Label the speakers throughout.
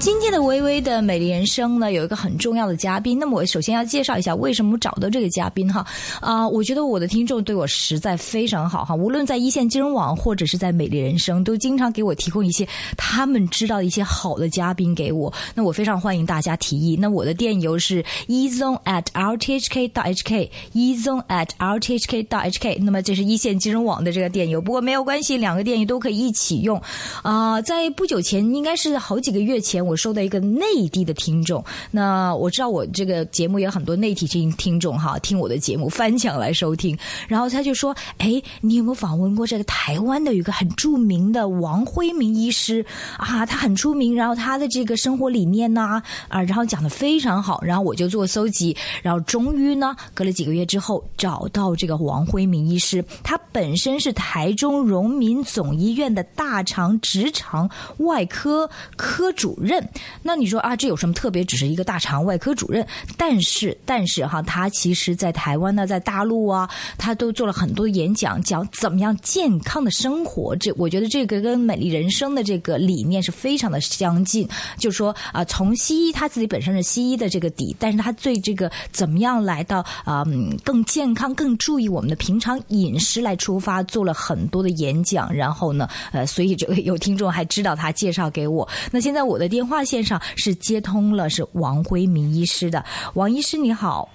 Speaker 1: 今天的微微的美丽人生呢，有一个很重要的嘉宾。那么我首先要介绍一下为什么找到这个嘉宾哈啊、我觉得我的听众对我实在非常好哈，无论在一线金融网或者是在美丽人生，都经常给我提供一些他们知道一些好的嘉宾给我。那我非常欢迎大家提议。那我的电邮是 ezone at rthk dot hk ezone at rthk dot hk。那么这是一线金融网的这个电邮，不过没有关系，两个电邮都可以一起用。啊、在不久前，应该是好几个月前，我收到一个内地的听众。那我知道我这个节目有很多内地听听众哈，听我的节目翻墙来收听。然后他就说：“哎，你有没有访问过这个台湾的有一个很著名的王辉明医师啊？他很出名，然后他的这个生活理念呐啊，然后讲的非常好。然后我就做搜集，然后终于呢，隔了几个月之后找到这个王辉明医师，他本身是台中荣民总医院的大肠直肠外科科主任。那你说啊，这有什么特别？只是一个大肠外科主任，但是但是哈，他其实在台湾呢，在大陆啊，他都做了很多演讲，讲怎么样健康的生活。这我觉得这个跟美丽人生的这个理念是非常的相近。就说啊、从西医他自己本身是西医的这个底，但是他对这个怎么样来到啊、嗯更健康、更注意我们的平常饮食来出发，做了很多的演讲。然后呢，呃，所以这个有听众还知道他介绍给我。那现在我的电话线上是接通了，是王辉明医师的。王医师你好。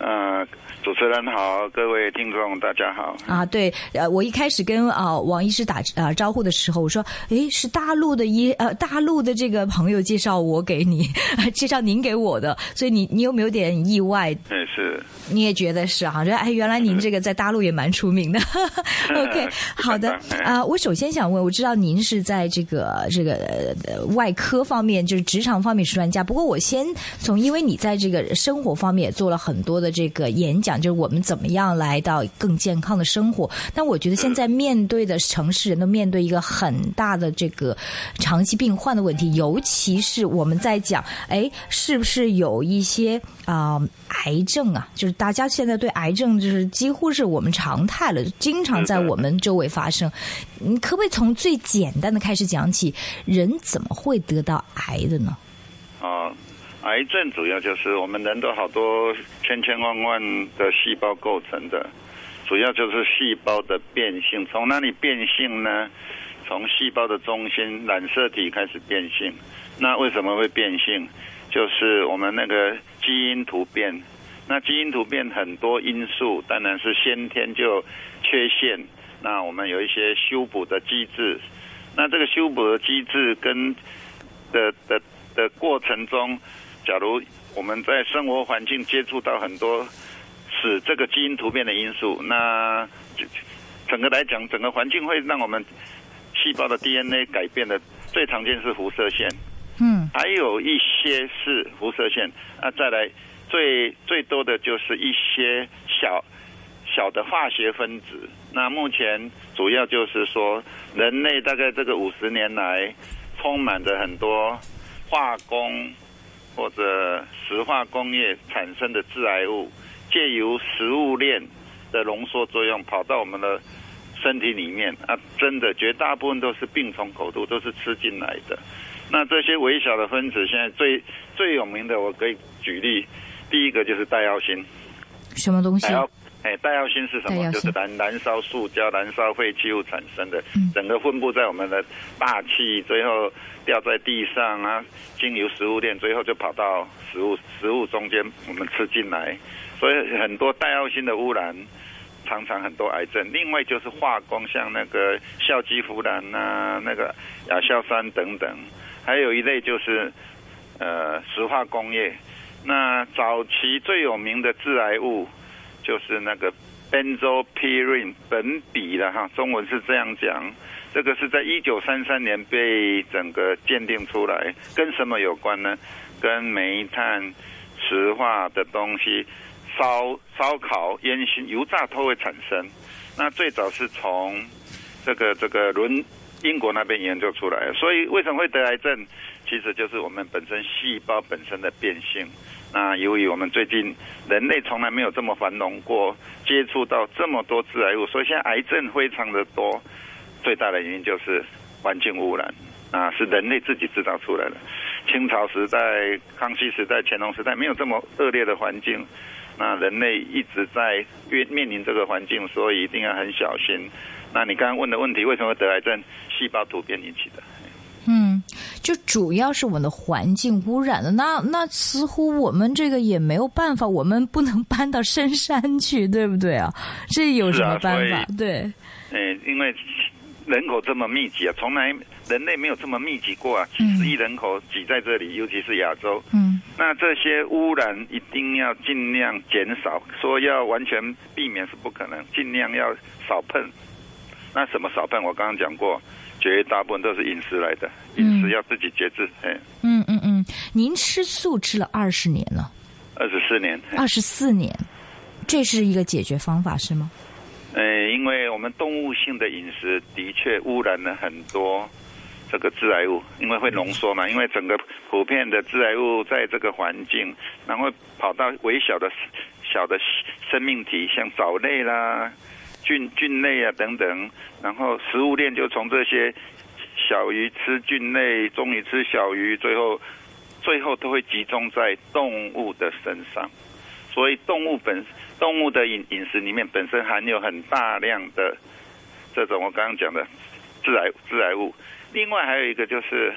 Speaker 2: 呃，主持人好，各位听众大家好。
Speaker 1: 啊，对，呃，我一开始跟啊、呃王医师打呃招呼的时候，我说，诶，是大陆的医呃大陆的这个朋友介绍我给你， 介绍您给我的，所以你你有没有点意外？
Speaker 2: 也是，
Speaker 1: 你也觉得是啊？说哎，原来您这个在大陆也蛮出名的。OK，好的
Speaker 2: 是的
Speaker 1: 啊、我首先想问，我知道您是在这个这个呃外科方面，就是职场方面是专家。不过我先从，因为你在这个生活方面也做了很多的这个演讲，就是我们怎么样来到更健康的生活。但我觉得现在面对的城市人都面对一个很大的这个长期病患的问题，尤其是我们在讲，哎，是不是有一些啊、癌症啊？就是大家现在对癌症就是几乎是我们常态了，经常在
Speaker 2: 是的
Speaker 1: 我们周围发生。你可不可以从最简单的开始讲起？人怎么会得到癌的呢？
Speaker 2: 啊、癌症主要就是我们人都好多千千万万的细胞构成的，主要就是细胞的变性。从哪里变性呢？从细胞的中心染色体开始变性。那为什么会变性？就是我们那个基因突变。那基因突变很多因素，当然是先天就缺陷。那我们有一些修补的机制。那这个修补的机制跟的的的过程中，假如我们在生活环境接触到很多使这个基因突变的因素，那就整个来讲，整个环境会让我们细胞的 DNA 改变的，最常见是辐射线，
Speaker 1: 嗯
Speaker 2: 还有一些是辐射线，那再来最最多的就是一些小小的化学分子。那目前主要就是说，人类大概这个五十年来，充满着很多化工或者石化工业产生的致癌物，借由食物链的浓缩作用跑到我们的身体里面啊，真的绝大部分都是病从口入，都是吃进来的。那这些微小的分子，现在最最有名的，我可以举例，第一个就是代药锌。
Speaker 1: 什么东西
Speaker 2: 代？药，哎，代药锌是什
Speaker 1: 代
Speaker 2: 么？
Speaker 1: 药
Speaker 2: 就
Speaker 1: 锌
Speaker 2: 是燃燃烧塑胶、燃烧废弃物产生的
Speaker 1: 嗯，
Speaker 2: 整个分布在我们的大气，最后掉在地上啊，经由食物链，最后就跑到食物食物中间，我们吃进来。所以很多代药锌的污染，常常很多癌症。另外就是化工，像那个硝基氟兰啊，那个亚硝酸等等。还有一类就是呃石化工业。那早期最有名的致癌物就是那个 benzopyrene 苯比了哈，中文是这样讲。这个是在一九三三年被整个鉴定出来，跟什么有关呢？跟煤炭、石化的东西烧烧烤、烟熏、油炸都会产生。那最早是从这个这个伦英国那边研究出来的，所以为什么会得癌症，其实就是我们本身细胞本身的变性。那由于我们最近人类从来没有这么繁荣过，接触到这么多致癌物，所以现在癌症非常的多。最大的原因就是环境污染啊，是人类自己制造出来的。清朝时代、康熙时代、乾隆时代没有这么恶劣的环境，那人类一直在面面临这个环境，所以一定要很小心。那你刚刚问的问题，为什么会得癌症？细胞突变引起的。
Speaker 1: 嗯，就主要是我们的环境污染了。那那似乎我们这个也没有办法，我们不能搬到深山去，对不对 啊？这有什么办
Speaker 2: 是
Speaker 1: 法？
Speaker 2: 啊
Speaker 1: 对，
Speaker 2: 嗯，因为人口这么密集啊，从来人类没有这么密集过啊，几十亿人口挤在这里，尤其是亚洲。
Speaker 1: 嗯
Speaker 2: 那这些污染一定要尽量减少，说要完全避免是不可能，尽量要少碰。那什么少碰？我刚刚讲过，绝大部分都是饮食来的，饮食要自己节制。哎，
Speaker 1: 嗯嗯嗯，您吃素吃了二十年了，
Speaker 2: 二十四年。
Speaker 1: 二十四年，这是一个解决方法是吗？
Speaker 2: 呃，因为我们动物性的饮食的确污染了很多这个致癌物，因为会浓缩嘛，因为整个普遍的致癌物在这个环境，然后跑到微小的小的生命体，像藻类啦、菌菌类啊等等，然后食物链就从这些小鱼吃菌类，中鱼吃小鱼，最后最后都会集中在动物的身上。所以动物本动物的饮饮食里面本身含有很大量的这种我刚刚讲的致癌致癌物。另外还有一个就是，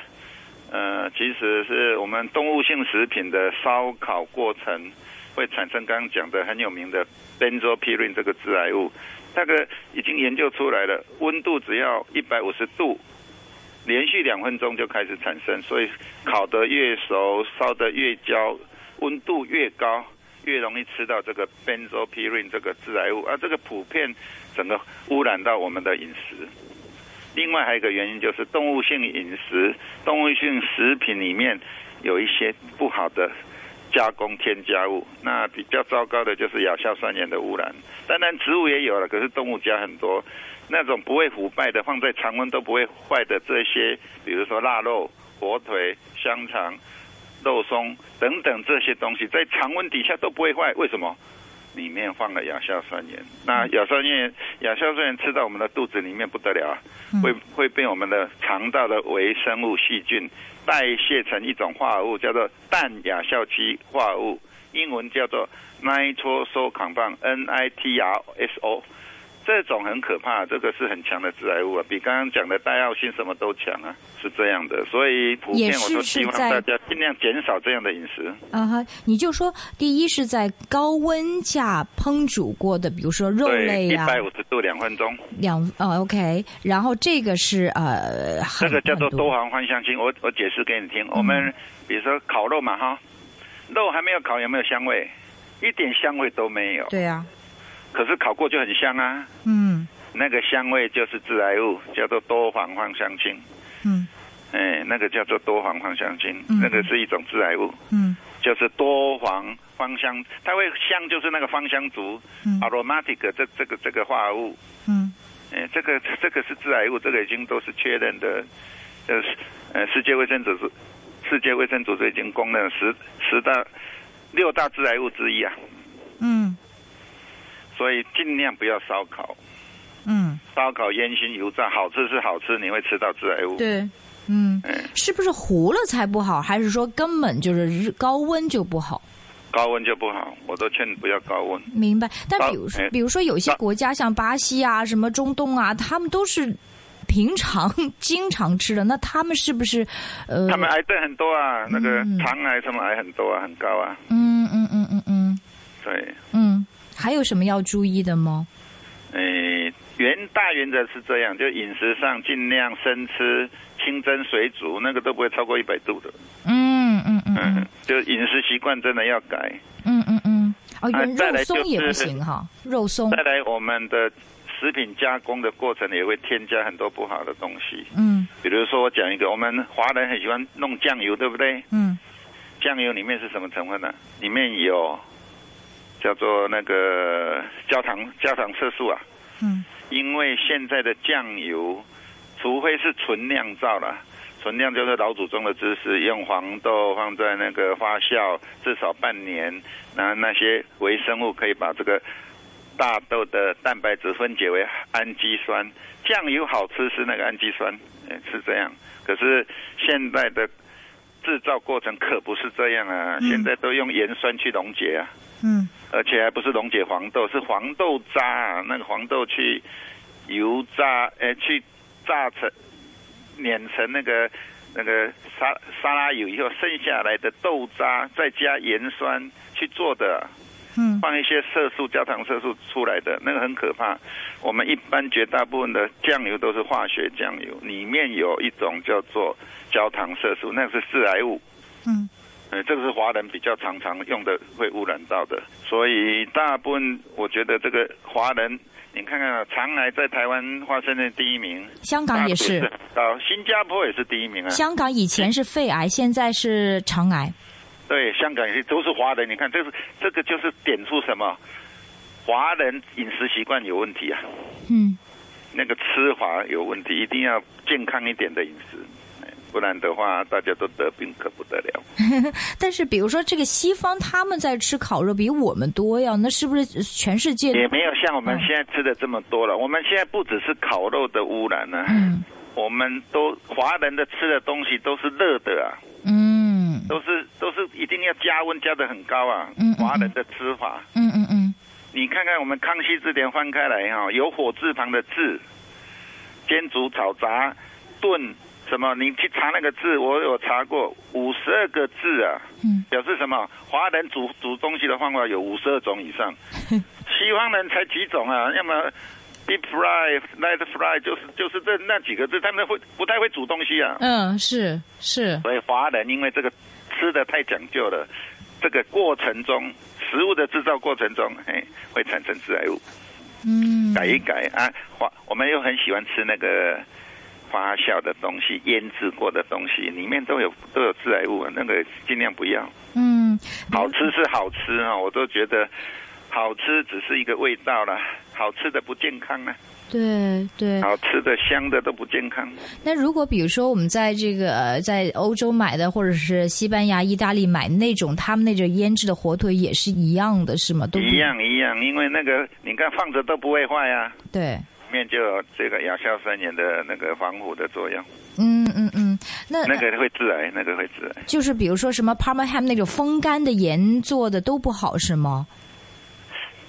Speaker 2: 呃，其实是我们动物性食品的烧烤过程会产生刚刚讲的很有名的 benzopyrene 这个致癌物，那个已经研究出来了，温度只要一百五十度。连续两分钟就开始产生，所以烤得越熟，烧得越焦，温度越高，越容易吃到这个 benzopyrene 这个致癌物，啊而、这个普遍整个污染到我们的饮食。另外还有一个呃原因就是动物性饮食、动物性食品里面有一些不好的加工添加物，那比较糟糕的就是亚硝酸盐的污染。当然植物也有了，可是动物加很多。那种不会腐败的，放在常温都不会坏的这些，比如说腊肉、火腿、香肠、肉松等等这些东西，在常温底下都不会坏，为什么？里面放了亚硝酸盐，那亚硝酸盐亚硝酸盐吃到我们的肚子里面不得了啊，
Speaker 1: 嗯
Speaker 2: 会会被我们的肠道的微生物细菌代谢成一种化合物，叫做氮亚硝基化合物，英文叫做 nitroso compound（N I T R S O）。这种很可怕，这个是很强的致癌物啊，比刚刚讲的代奥辛什么都强啊，是这样的。所以普
Speaker 1: 也
Speaker 2: 遍我
Speaker 1: 是
Speaker 2: 都希望
Speaker 1: 是在
Speaker 2: 大家尽量减少这样的饮食。
Speaker 1: 啊哈，你就说第一是在高温下烹煮过的，比如说肉
Speaker 2: 对，
Speaker 1: 类啊
Speaker 2: 一
Speaker 1: 呀、
Speaker 2: 百五十度两分钟，
Speaker 1: 两呃 OK，然后这个是呃，
Speaker 2: 这
Speaker 1: 很
Speaker 2: 个叫做
Speaker 1: 很嗯
Speaker 2: 多环芳香烃。我我解释给你听，我们比如说烤肉嘛哈，肉还没有烤有没有香味？一点香味都没有。
Speaker 1: 对啊，
Speaker 2: 可是烤过就很香啊，
Speaker 1: 嗯
Speaker 2: 那个香味就是致癌物，叫做多环芳香烃。
Speaker 1: 嗯
Speaker 2: 哎，那个叫做多环芳香烃，
Speaker 1: 嗯
Speaker 2: 那个是一种致癌物。
Speaker 1: 嗯
Speaker 2: 就是多黄芳香，它会香，就是那个芳香族、
Speaker 1: 嗯
Speaker 2: aromatic 这这个这个化合物，
Speaker 1: 嗯
Speaker 2: 哎，这个这个是致癌物，这个已经都是确认的，呃，世呃，世界卫生组织世界卫生组织已经公认十十大六大致癌物之一啊，
Speaker 1: 嗯
Speaker 2: 所以尽量不要烧烤，
Speaker 1: 嗯，
Speaker 2: 烧烤烟熏油炸，好吃是好吃，你会吃到致癌物。
Speaker 1: 对，嗯，
Speaker 2: 嗯，
Speaker 1: 是不是糊了才不好，还是说根本就是日高温就不好？
Speaker 2: 高温就不好，我都劝不要高温。
Speaker 1: 明白。但比如
Speaker 2: 啊
Speaker 1: 说
Speaker 2: 哎，
Speaker 1: 比如说有些
Speaker 2: 那
Speaker 1: 国家像巴西啊、什么中东啊，他们都是平常 经常吃的，那他们是不是呃？
Speaker 2: 他们癌症很多啊，那个
Speaker 1: 嗯
Speaker 2: 肠癌什么癌很多啊，很高啊，
Speaker 1: 嗯嗯嗯嗯嗯
Speaker 2: 对。
Speaker 1: 嗯，还有什么要注意的吗？
Speaker 2: 诶，哎原大原则是这样，就饮食上尽量生吃、清蒸、水煮，那个都不会超过一百度的。
Speaker 1: 嗯嗯嗯
Speaker 2: 嗯，就饮食习惯真的要改。
Speaker 1: 嗯嗯嗯，哦，
Speaker 2: 啊
Speaker 1: 原
Speaker 2: 再
Speaker 1: 肉
Speaker 2: 来就
Speaker 1: 松也不
Speaker 2: 是
Speaker 1: 行哈，肉松
Speaker 2: 再，来，我们的食品加工的过程也会添加很多不好的东西，
Speaker 1: 嗯
Speaker 2: 比如说我讲一个，我们华人很喜欢弄酱油，对不对？
Speaker 1: 嗯
Speaker 2: 酱油里面是什么成分呢、里面有叫做那个焦糖焦糖色素啊。
Speaker 1: 嗯
Speaker 2: 因为现在的酱油，除非是纯酿造了，存量就是老祖宗的知识，用黄豆放在那个发酵至少半年，那那些微生物可以把这个大豆的蛋白质分解为氨基酸。酱油好吃是那个氨基酸，哎是这样。可是现在的制造过程可不是这样啊，
Speaker 1: 嗯
Speaker 2: 现在都用盐酸去溶解啊。
Speaker 1: 嗯
Speaker 2: 而且还不是溶解黄豆，是黄豆渣、啊，那个黄豆去油炸，呃，去炸成碾成那个那个沙沙拉油以后剩下来的豆渣，再加盐酸去做的，
Speaker 1: 嗯
Speaker 2: 放一些色素、焦糖色素出来的，那个很可怕。我们一般绝大部分的酱油都是化学酱油，里面有一种叫做焦糖色素，那是致癌物。
Speaker 1: 嗯
Speaker 2: 呃，这个是华人比较常常用的，会污染到的。所以大部分我觉得这个华人，你看看啊，常来在台湾发生的第一名，
Speaker 1: 香港也是，
Speaker 2: 到新加坡也是第一名啊。
Speaker 1: 香港以前是肺癌，现在是肠癌。
Speaker 2: 对，香港也是都是华人。你看，这是这个就是点出什么？华人饮食习惯有问题啊，
Speaker 1: 嗯
Speaker 2: 那个吃法有问题，一定要健康一点的饮食，哎不然的话大家都得病可不得了。
Speaker 1: 但是比如说这个西方他们在吃烤肉比我们多呀，那是不是全世界？
Speaker 2: 也没有像我们
Speaker 1: 嗯
Speaker 2: 现在吃的这么多了。我们现在不只是烤肉的污染呢、
Speaker 1: 嗯
Speaker 2: 我们都华人的吃的东西都是热的啊，
Speaker 1: 嗯
Speaker 2: 都是都是一定要加温加的很高啊
Speaker 1: 嗯嗯。
Speaker 2: 华人的吃法，
Speaker 1: 嗯嗯嗯
Speaker 2: 你看看我们康熙字典翻开来哈、有火字旁的字，煎煮炒炸炖什么？你去查那个字，我有查过五十二个字啊。
Speaker 1: 嗯
Speaker 2: 表示什么？华人煮煮东西的方法有五十二种以上，西方人才几种啊？要么 deep fry、light fry，就是就是这那几个字，他们会不太会煮东 西啊。
Speaker 1: 嗯，是是，
Speaker 2: 所以华人因为这个吃的太讲究了，这个过程中食物的制造过程中，哎，会产生致癌物。
Speaker 1: 嗯
Speaker 2: 改一改啊，华我们又很喜欢吃那个发酵的东西、腌制过的东西，里面都有都有致癌物啊，那个尽量不要。
Speaker 1: 嗯
Speaker 2: 好吃是好吃啊，我都觉得好吃只是一个味道啦，好吃的不健康啊，
Speaker 1: 对对。
Speaker 2: 好吃的香的都不健康。
Speaker 1: 那如果比如说我们在这个呃在欧洲买的，或者是西班牙、意大利买那种他们那种腌制的火腿，也是一样的，是吗？都不
Speaker 2: 一。样一样，因为那个你看放着都不会坏啊，
Speaker 1: 对。
Speaker 2: 里面就有这个亚硝酸盐的那个防腐的作用，
Speaker 1: 嗯嗯嗯，那
Speaker 2: 那个会致癌，那个会致癌。
Speaker 1: 就是比如说什么 Parma ham 那种风干的盐做的都不好是吗？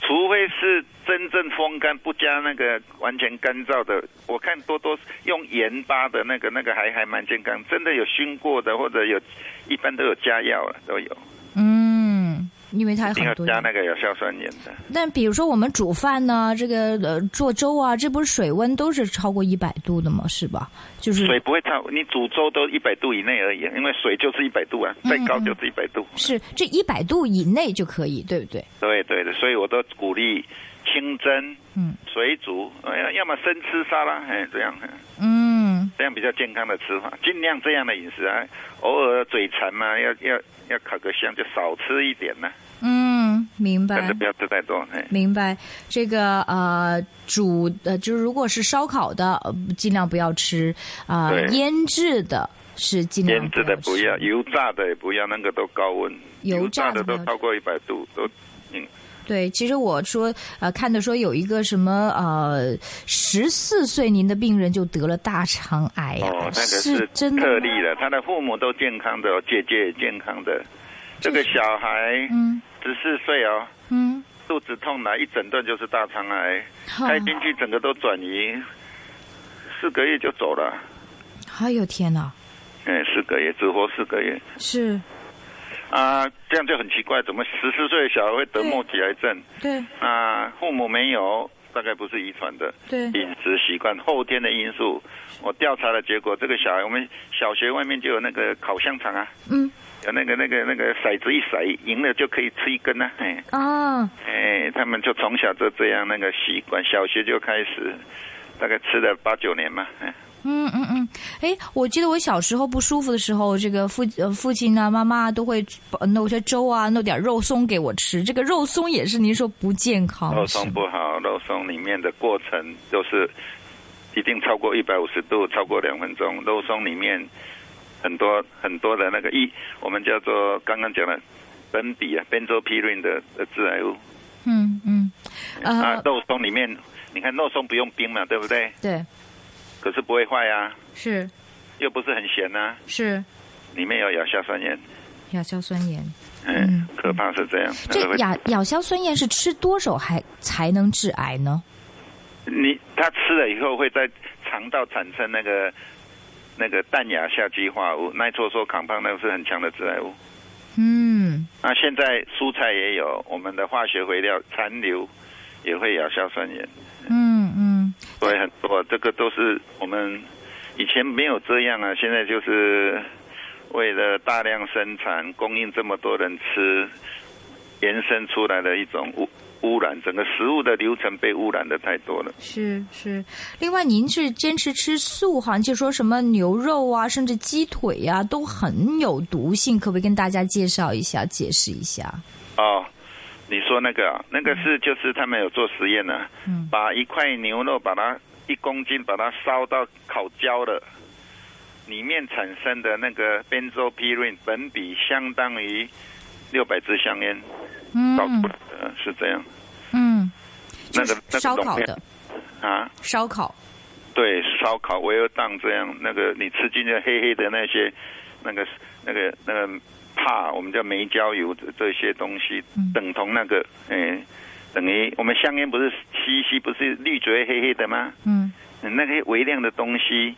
Speaker 2: 除非是真正风干不加那个完全干燥的，我看多多用盐巴的那个那个还还蛮健康，真的有熏过的或者有一般都有加药了，都有，
Speaker 1: 嗯，因为它
Speaker 2: 一
Speaker 1: 有
Speaker 2: 定要
Speaker 1: 很多
Speaker 2: 加
Speaker 1: 盐。
Speaker 2: 那个亚硝酸盐的。
Speaker 1: 但比如说我们煮饭呢，这个呃做粥啊，这不是水温都是超过一百度的吗？是吧？就是
Speaker 2: 水不会超，你煮粥都一百度以内而已，因为水就是一百度
Speaker 1: 嗯
Speaker 2: 啊，再高就是一百度。
Speaker 1: 是这一百度以内就可以，对不对？
Speaker 2: 对对的，所以我都鼓励清蒸、
Speaker 1: 嗯
Speaker 2: 水煮，哎呀，要么生吃沙拉，哎，这样，哎
Speaker 1: 嗯
Speaker 2: 这样比较健康的吃法，尽量这样的饮食啊。偶尔嘴馋嘛，要要要烤个香，就少吃一点呢、
Speaker 1: 嗯，明
Speaker 2: 但
Speaker 1: 白
Speaker 2: 是。不要吃太多。哎，
Speaker 1: 明白，这个呃煮呃就是如果是烧烤的，呃尽量不要吃啊、
Speaker 2: 对
Speaker 1: 腌制的是尽量
Speaker 2: 腌制的不
Speaker 1: 吃
Speaker 2: 要，油炸的也不要，那个都高温，
Speaker 1: 油
Speaker 2: 油
Speaker 1: 炸
Speaker 2: 炸
Speaker 1: 的
Speaker 2: 的
Speaker 1: 不要
Speaker 2: 都超过一百度，都嗯。
Speaker 1: 对，其实我说，呃，看的说有一个什么，呃，十四岁您的病人就得了大肠癌哎呀、
Speaker 2: 哦，那个
Speaker 1: 是
Speaker 2: 是
Speaker 1: 真的
Speaker 2: 特
Speaker 1: 吗
Speaker 2: 例了，他的父母都健康的，哦姐姐也健康的，这个小孩
Speaker 1: 嗯
Speaker 2: 十四岁哦，
Speaker 1: 嗯，
Speaker 2: 肚子痛来一诊断就是大肠癌，
Speaker 1: 哈
Speaker 2: 开进去整个都转移，四个月就走了，
Speaker 1: 哎呦天哪，
Speaker 2: 哎，四个月只活四个月
Speaker 1: 是
Speaker 2: 啊，这样就很奇怪，怎么十四岁的小孩会得末期癌症
Speaker 1: 对
Speaker 2: 啊？父母没有，大概不是遗传的。
Speaker 1: 对，
Speaker 2: 饮食习惯、后天的因素，我调查的结果，这个小孩我们小学外面就有那个烤香肠啊，
Speaker 1: 嗯
Speaker 2: 有那个那个那个骰子一骰，赢了就可以吃一根呢、啊。哎
Speaker 1: 啊，
Speaker 2: 哎，他们就从小就这样那个习惯，小学就开始，大概吃了八九年嘛。哎
Speaker 1: 嗯嗯嗯，哎，我记得我小时候不舒服的时候，这个父呃父亲啊、妈妈啊都会呃弄些粥啊，弄点肉松给我吃。这个肉松也是您说不健康，
Speaker 2: 肉
Speaker 1: 是
Speaker 2: 松
Speaker 1: 吗
Speaker 2: 不好，肉松里面的过程就是一定超过一百五十度，超过两分钟，肉松里面很多很多的那个一，我们叫做刚刚讲的苯比啊 b e n z o p y r e n 的的致癌物。
Speaker 1: 嗯嗯，
Speaker 2: 啊，
Speaker 1: 呃，
Speaker 2: 肉松里面，你看肉松不用冰嘛，对不对？
Speaker 1: 对，
Speaker 2: 可是不会坏啊，
Speaker 1: 是
Speaker 2: 又不是很咸呐、
Speaker 1: 是
Speaker 2: 里面有亚硝酸盐，
Speaker 1: 亚硝酸盐。嗯
Speaker 2: 嗯，可怕是这样。那个
Speaker 1: 这
Speaker 2: 会
Speaker 1: 亚亚硝酸盐是吃多少还才能致癌呢？
Speaker 2: 你它吃了以后会在肠道产生那个那个氮亚硝基化物，耐唑说抗胖那个是很强的致癌物。
Speaker 1: 嗯，
Speaker 2: 那现在蔬菜也有，我们的化学肥料残留也会亚硝酸盐，
Speaker 1: 嗯嗯，
Speaker 2: 所以很多这个都是我们以前没有这样啊，现在就是为了大量生产，供应这么多人吃，延伸出来的一种污污染，整个食物的流程被污染的太多了。
Speaker 1: 是是。另外，您是坚持吃素哈，就说什么牛肉啊，甚至鸡腿呀、都很有毒性，可不可以跟大家介绍一下、解释一下？
Speaker 2: 哦，你说那个、啊，那个是就是他们有做实验呢、
Speaker 1: 嗯
Speaker 2: 把一块牛肉把它一公斤把它烧到烤焦了，里面产生的那个 benzopyrene 苯比相当于六百支香烟
Speaker 1: 嗯
Speaker 2: 烧出来的，是这样
Speaker 1: 嗯，
Speaker 2: 那个
Speaker 1: 就是烧烤的
Speaker 2: 啊？
Speaker 1: 烧烤，
Speaker 2: 对，烧烤、维尔当这样，那个你吃进去黑黑的那些，那个那个那个帕，我们叫煤焦油这这些东西
Speaker 1: 嗯，
Speaker 2: 等同那个，哎，等于我们香烟不是吸一吸不是滤嘴黑黑的吗？
Speaker 1: 嗯
Speaker 2: 那个微量的东西，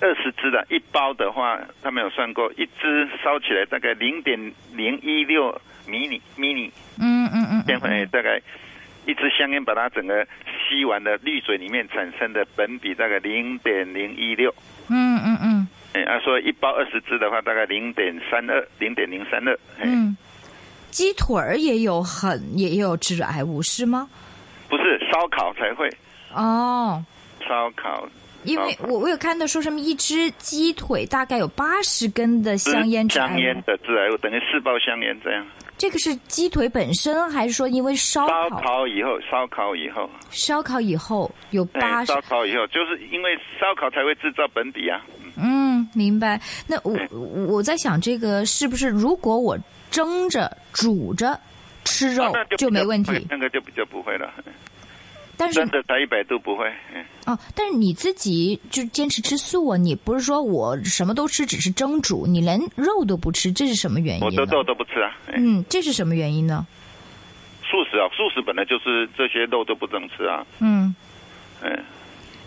Speaker 2: 二十支的一包的话，他们有算过，一支烧起来大概零点零一六迷你迷你
Speaker 1: 嗯嗯嗯，
Speaker 2: 烟灰大概一支香烟把它整个吸完的滤嘴里面产生的苯比大概零点零一六，
Speaker 1: 嗯嗯嗯
Speaker 2: 哎，啊，所以一包二十支的话，大概零点三二，零点零三二，哎，
Speaker 1: 嗯，鸡腿儿也有很也有致癌物是吗？
Speaker 2: 不是烧烤才会，
Speaker 1: 哦，
Speaker 2: 烧烤
Speaker 1: 因为
Speaker 2: 烧
Speaker 1: 我我有看到说什么一只鸡腿大概有八十根的香烟致癌
Speaker 2: 香烟
Speaker 1: 物，
Speaker 2: 的致癌物等于四包香烟这样，
Speaker 1: 这个是鸡腿本身还是说因为烧
Speaker 2: 烧
Speaker 1: 烤
Speaker 2: 烤以后，烧烤以后，
Speaker 1: 烧烤以后有八
Speaker 2: 哎，
Speaker 1: 十
Speaker 2: 烧？烤以后就是因为烧烤才会制造苯比啊，
Speaker 1: 嗯，明白。那我
Speaker 2: 对
Speaker 1: 我在想这个是不是如果我蒸着煮着吃肉
Speaker 2: 啊那
Speaker 1: 就
Speaker 2: 比较
Speaker 1: 没问
Speaker 2: 不会
Speaker 1: 题，
Speaker 2: 那个就比较不会了，
Speaker 1: 但是
Speaker 2: 真的才一百度不会，嗯。
Speaker 1: 哦，但是你自己就坚持吃素啊？你不是说我什么都吃，只是蒸煮，你连肉都不吃，这是什么原因呢？
Speaker 2: 我都肉都不吃啊，哎
Speaker 1: 嗯，这是什么原因呢？
Speaker 2: 素食啊，素食本来就是这些肉都不能吃啊，
Speaker 1: 嗯，
Speaker 2: 嗯，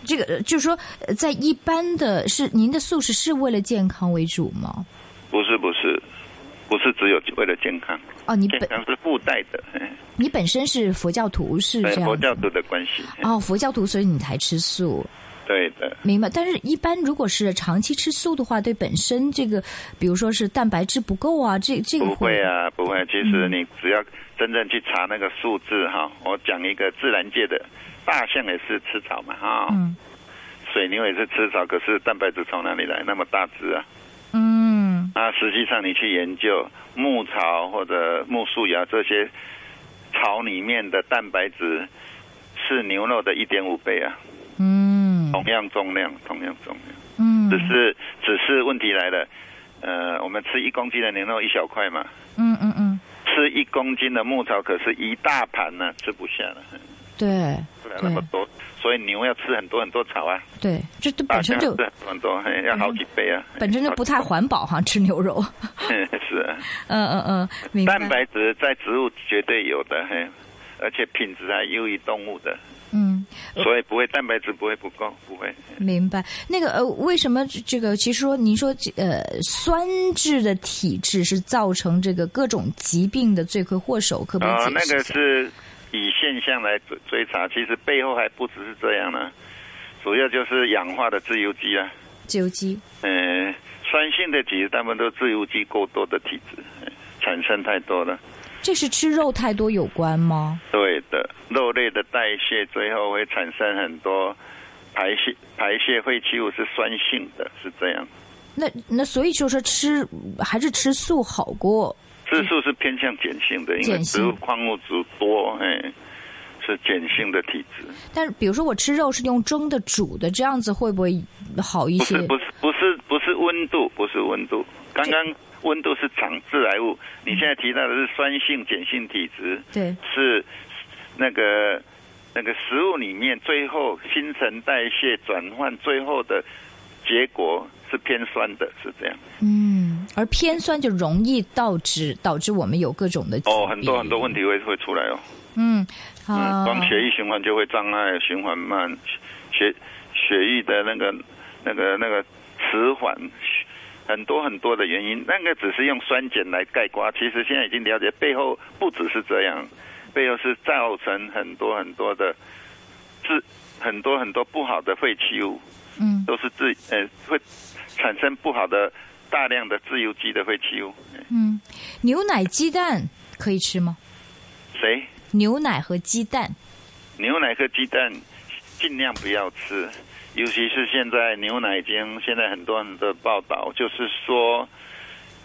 Speaker 1: 这个呃就是说，呃在一般的是您的素食是为了健康为主吗？
Speaker 2: 不是不是，不是只有为了健康，
Speaker 1: 哦，你
Speaker 2: 健
Speaker 1: 本
Speaker 2: 康是附带的，嗯
Speaker 1: 你本身是佛教徒是
Speaker 2: 对
Speaker 1: 这
Speaker 2: 佛
Speaker 1: 样
Speaker 2: 教
Speaker 1: 子
Speaker 2: 徒的关系，哎
Speaker 1: 哦，佛教徒，所以你才吃素，
Speaker 2: 对的，
Speaker 1: 明白？但是，一般如果是长期吃素的话，对本身这个，比如说是蛋白质不够啊，这这个
Speaker 2: 不会，啊，不会。其实
Speaker 1: 嗯
Speaker 2: 你只要真正去查那个数字哈，我讲一个自然界的，大象也是吃草嘛哈，
Speaker 1: 嗯
Speaker 2: 水牛也是吃草，可是蛋白质从哪里来？那么大只啊？
Speaker 1: 嗯
Speaker 2: 那实际上你去研究牧草或者木树芽这些草里面的蛋白质是牛肉的一点五倍啊，
Speaker 1: 嗯
Speaker 2: 同样重量，同样重量，
Speaker 1: 嗯，
Speaker 2: 只是只是问题来了，呃，我们吃一公斤的牛肉一小块嘛，
Speaker 1: 嗯嗯嗯，
Speaker 2: 吃一公斤的牧草可是一大盘呢、吃不下了，
Speaker 1: 对
Speaker 2: 不了那么多，所以牛要吃很多很多草啊，
Speaker 1: 对，这这
Speaker 2: 大
Speaker 1: 本
Speaker 2: 象
Speaker 1: 身
Speaker 2: 吃
Speaker 1: 就
Speaker 2: 很多很多，嘿要好几倍啊，
Speaker 1: 本身就不太环保哈，吃牛肉。
Speaker 2: 嘿 是啊。
Speaker 1: 嗯嗯嗯，明白。
Speaker 2: 蛋白质在植物绝对有的，嘿，而且品质还优于动物的，
Speaker 1: 嗯，
Speaker 2: 所以不会蛋白质不会不够，不会。
Speaker 1: 明白。那个呃，为什么这个？其实说您说这呃，酸质的体质是造成这个各种疾病的罪魁祸首，可不可以
Speaker 2: 呃，
Speaker 1: 解
Speaker 2: 那
Speaker 1: 释一
Speaker 2: 个
Speaker 1: 下？
Speaker 2: 是以现象来追追查，其实背后还不只是这样呢、主要就是氧化的自由基啊，
Speaker 1: 自由基。
Speaker 2: 嗯、酸性的体质大部分都自由基过多的体质，嘿产生太多了。
Speaker 1: 这是吃肉太多有关吗？
Speaker 2: 对的，肉类的代谢最后会产生很多排泄排泄废弃物是酸性的，是这样。
Speaker 1: 那那所以就说吃还是吃素好过。
Speaker 2: 质素是偏向碱性的，因为
Speaker 1: 碱性
Speaker 2: 植物矿物质多，哎，是碱性的体质，
Speaker 1: 但是比如说我吃肉是用蒸的、煮的，这样子会不会好一
Speaker 2: 不
Speaker 1: 些
Speaker 2: 是？不是不是不是温度，不是温度。刚刚温度是长致癌物，你现在提到的是酸性、碱性体质，
Speaker 1: 对，
Speaker 2: 是那个那个食物里面最后新陈代谢转换最后的结果是偏酸的，是这样。
Speaker 1: 嗯，而偏酸就容易导致导致我们有各种的疾
Speaker 2: 哦，很多
Speaker 1: 病
Speaker 2: 很多问题会会出来哦。
Speaker 1: 嗯
Speaker 2: 嗯，
Speaker 1: 啊，
Speaker 2: 光血液循环就会障碍，循环慢，血血液的那个那个那个迟缓，很多很多的原因。那个只是用酸碱来盖刮，其实现在已经了解背后不只是这样，背后是造成很多很多的致很多很多不好的废弃物，
Speaker 1: 嗯
Speaker 2: 都是致呃会产生不好的大量的自由基的废弃物。
Speaker 1: 嗯，牛奶、鸡蛋可以吃吗？
Speaker 2: 谁？
Speaker 1: 牛奶和鸡蛋，
Speaker 2: 牛奶和鸡蛋尽量不要吃，尤其是现在牛奶已经现在很多人的报道，就是说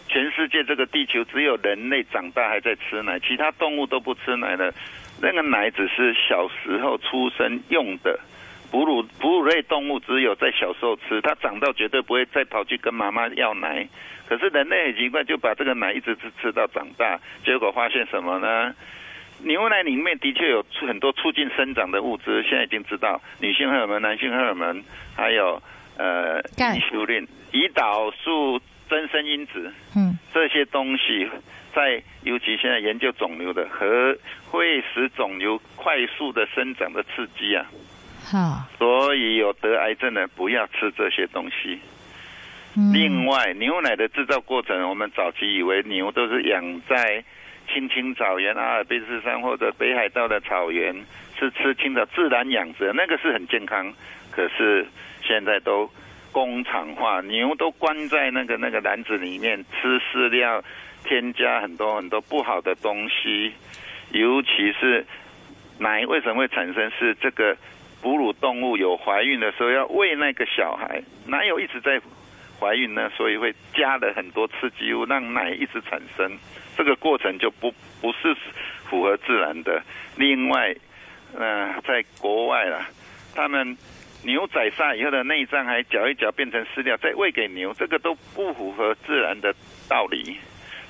Speaker 2: 全世界这个地球只有人类长大还在吃奶，其他动物都不吃奶了。那个奶只是小时候出生用的，哺乳哺乳类动物只有在小时候吃，它长到绝对不会再跑去跟妈妈要奶。可是人类很奇怪，就把这个奶一直吃吃到长大，结果发现什么呢？牛奶里面的确有促很多促进生长的物质，现在已经知道女性荷尔蒙、男性荷尔蒙，还有呃
Speaker 1: 钙
Speaker 2: 胰修令、胰岛素、增生因子
Speaker 1: 嗯
Speaker 2: 这些东西，在尤其现在研究肿瘤的和会使肿瘤快速的生长的刺激啊，
Speaker 1: 哈，
Speaker 2: 所以有得癌症的不要吃这些东西。
Speaker 1: 嗯
Speaker 2: 另外，牛奶的制造过程，我们早期以为牛都是养在青青草原、阿尔卑斯山或者北海道的草原，是吃青草自然养殖，那个是很健康。可是现在都工厂化，牛都关在那个那个篮子里面，吃饲料，添加很多很多不好的东西，尤其是奶为什么会产生？是这个哺乳动物有怀孕的时候要喂那个小孩，哪有一直在怀孕呢？所以会加了很多刺激物，让奶一直产生，这个过程就不不是符合自然的。另外，嗯、在国外啦，他们牛宰杀以后的内脏还搅一搅变成饲料再喂给牛，这个都不符合自然的道理。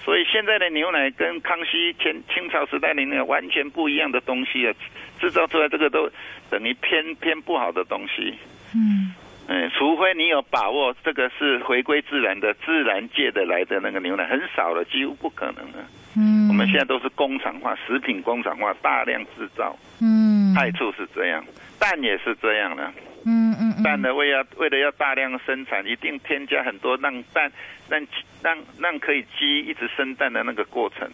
Speaker 2: 所以现在的牛奶跟康熙前清朝时代的那个完全不一样的东西啊，制造出来这个都等于偏偏不好的东西。
Speaker 1: 嗯
Speaker 2: 嗯，除非你有把握，这个是回归自然的、自然界的来的那个牛奶，很少了，几乎不可能了。
Speaker 1: 嗯，
Speaker 2: 我们现在都是工厂化、食品工厂化，大量制造，
Speaker 1: 嗯
Speaker 2: 害处是这样，蛋也是这样的。
Speaker 1: 嗯嗯嗯
Speaker 2: 蛋呢，为要为了要大量生产，一定添加很多让蛋让让让可以鸡一直生蛋的那个过程，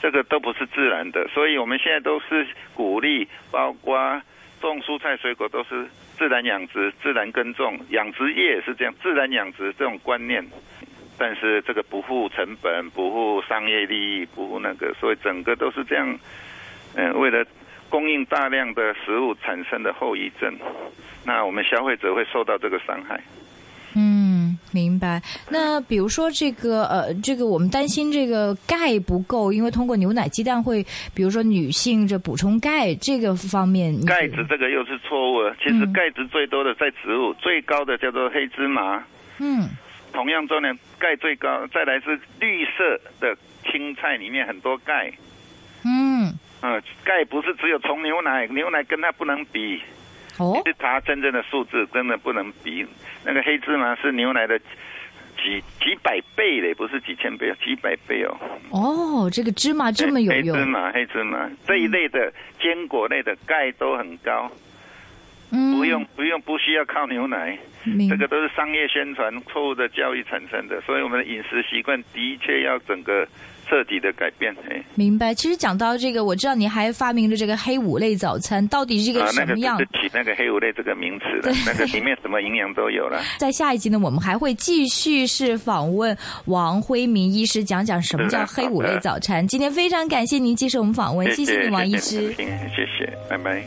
Speaker 2: 这个都不是自然的，所以我们现在都是鼓励，包括种蔬菜水果都是自然养殖、自然耕种，养殖业也是这样，自然养殖这种观念。但是这个不付成本、不付商业利益、不付那个，所以整个都是这样，嗯、为了供应大量的食物产生的后遗症。那我们消费者会受到这个伤害。
Speaker 1: 嗯，明白。那比如说这个呃，这个我们担心这个钙不够，因为通过牛奶、鸡蛋会，比如说女性这补充钙这个方面，你
Speaker 2: 钙质这个又是错误啊了。其实
Speaker 1: 嗯
Speaker 2: 钙质最多的在植物，最高的叫做黑芝麻，
Speaker 1: 嗯
Speaker 2: 同样重量钙最高，再来是绿色的青菜里面很多钙。
Speaker 1: 嗯
Speaker 2: 嗯，钙不是只有从牛奶，牛奶跟它不能比。
Speaker 1: 哦
Speaker 2: 去查真正的数字，真的不能比。那个黑芝麻是牛奶的几几百倍嘞，不是几千倍，几百倍哦。
Speaker 1: 哦，这个芝麻这么有
Speaker 2: 黑
Speaker 1: 用
Speaker 2: 黑芝，麻、黑芝麻这一类的坚果类的钙都很高。
Speaker 1: 嗯，
Speaker 2: 不用不用不需要靠牛奶，
Speaker 1: 明
Speaker 2: 这个都是商业宣传错误的教育产生的，所以我们的饮食习惯的确要整个彻底的改变。哎，
Speaker 1: 明白。其实讲到这个，我知道你还发明了这个黑五类早餐，到底是一个
Speaker 2: 啊，那
Speaker 1: 什
Speaker 2: 个
Speaker 1: 么
Speaker 2: 只
Speaker 1: 样？
Speaker 2: 是取那个黑五类这个名词的，那个里面什么营养都有了。
Speaker 1: 在下一集呢，我们还会继续是访问王辉明医师，讲讲什么叫黑五类早餐。今天非常感谢您接 受我们访问，谢
Speaker 2: 谢
Speaker 1: 谢你，王医
Speaker 2: 谢
Speaker 1: 师。
Speaker 2: 谢谢，谢谢，拜拜。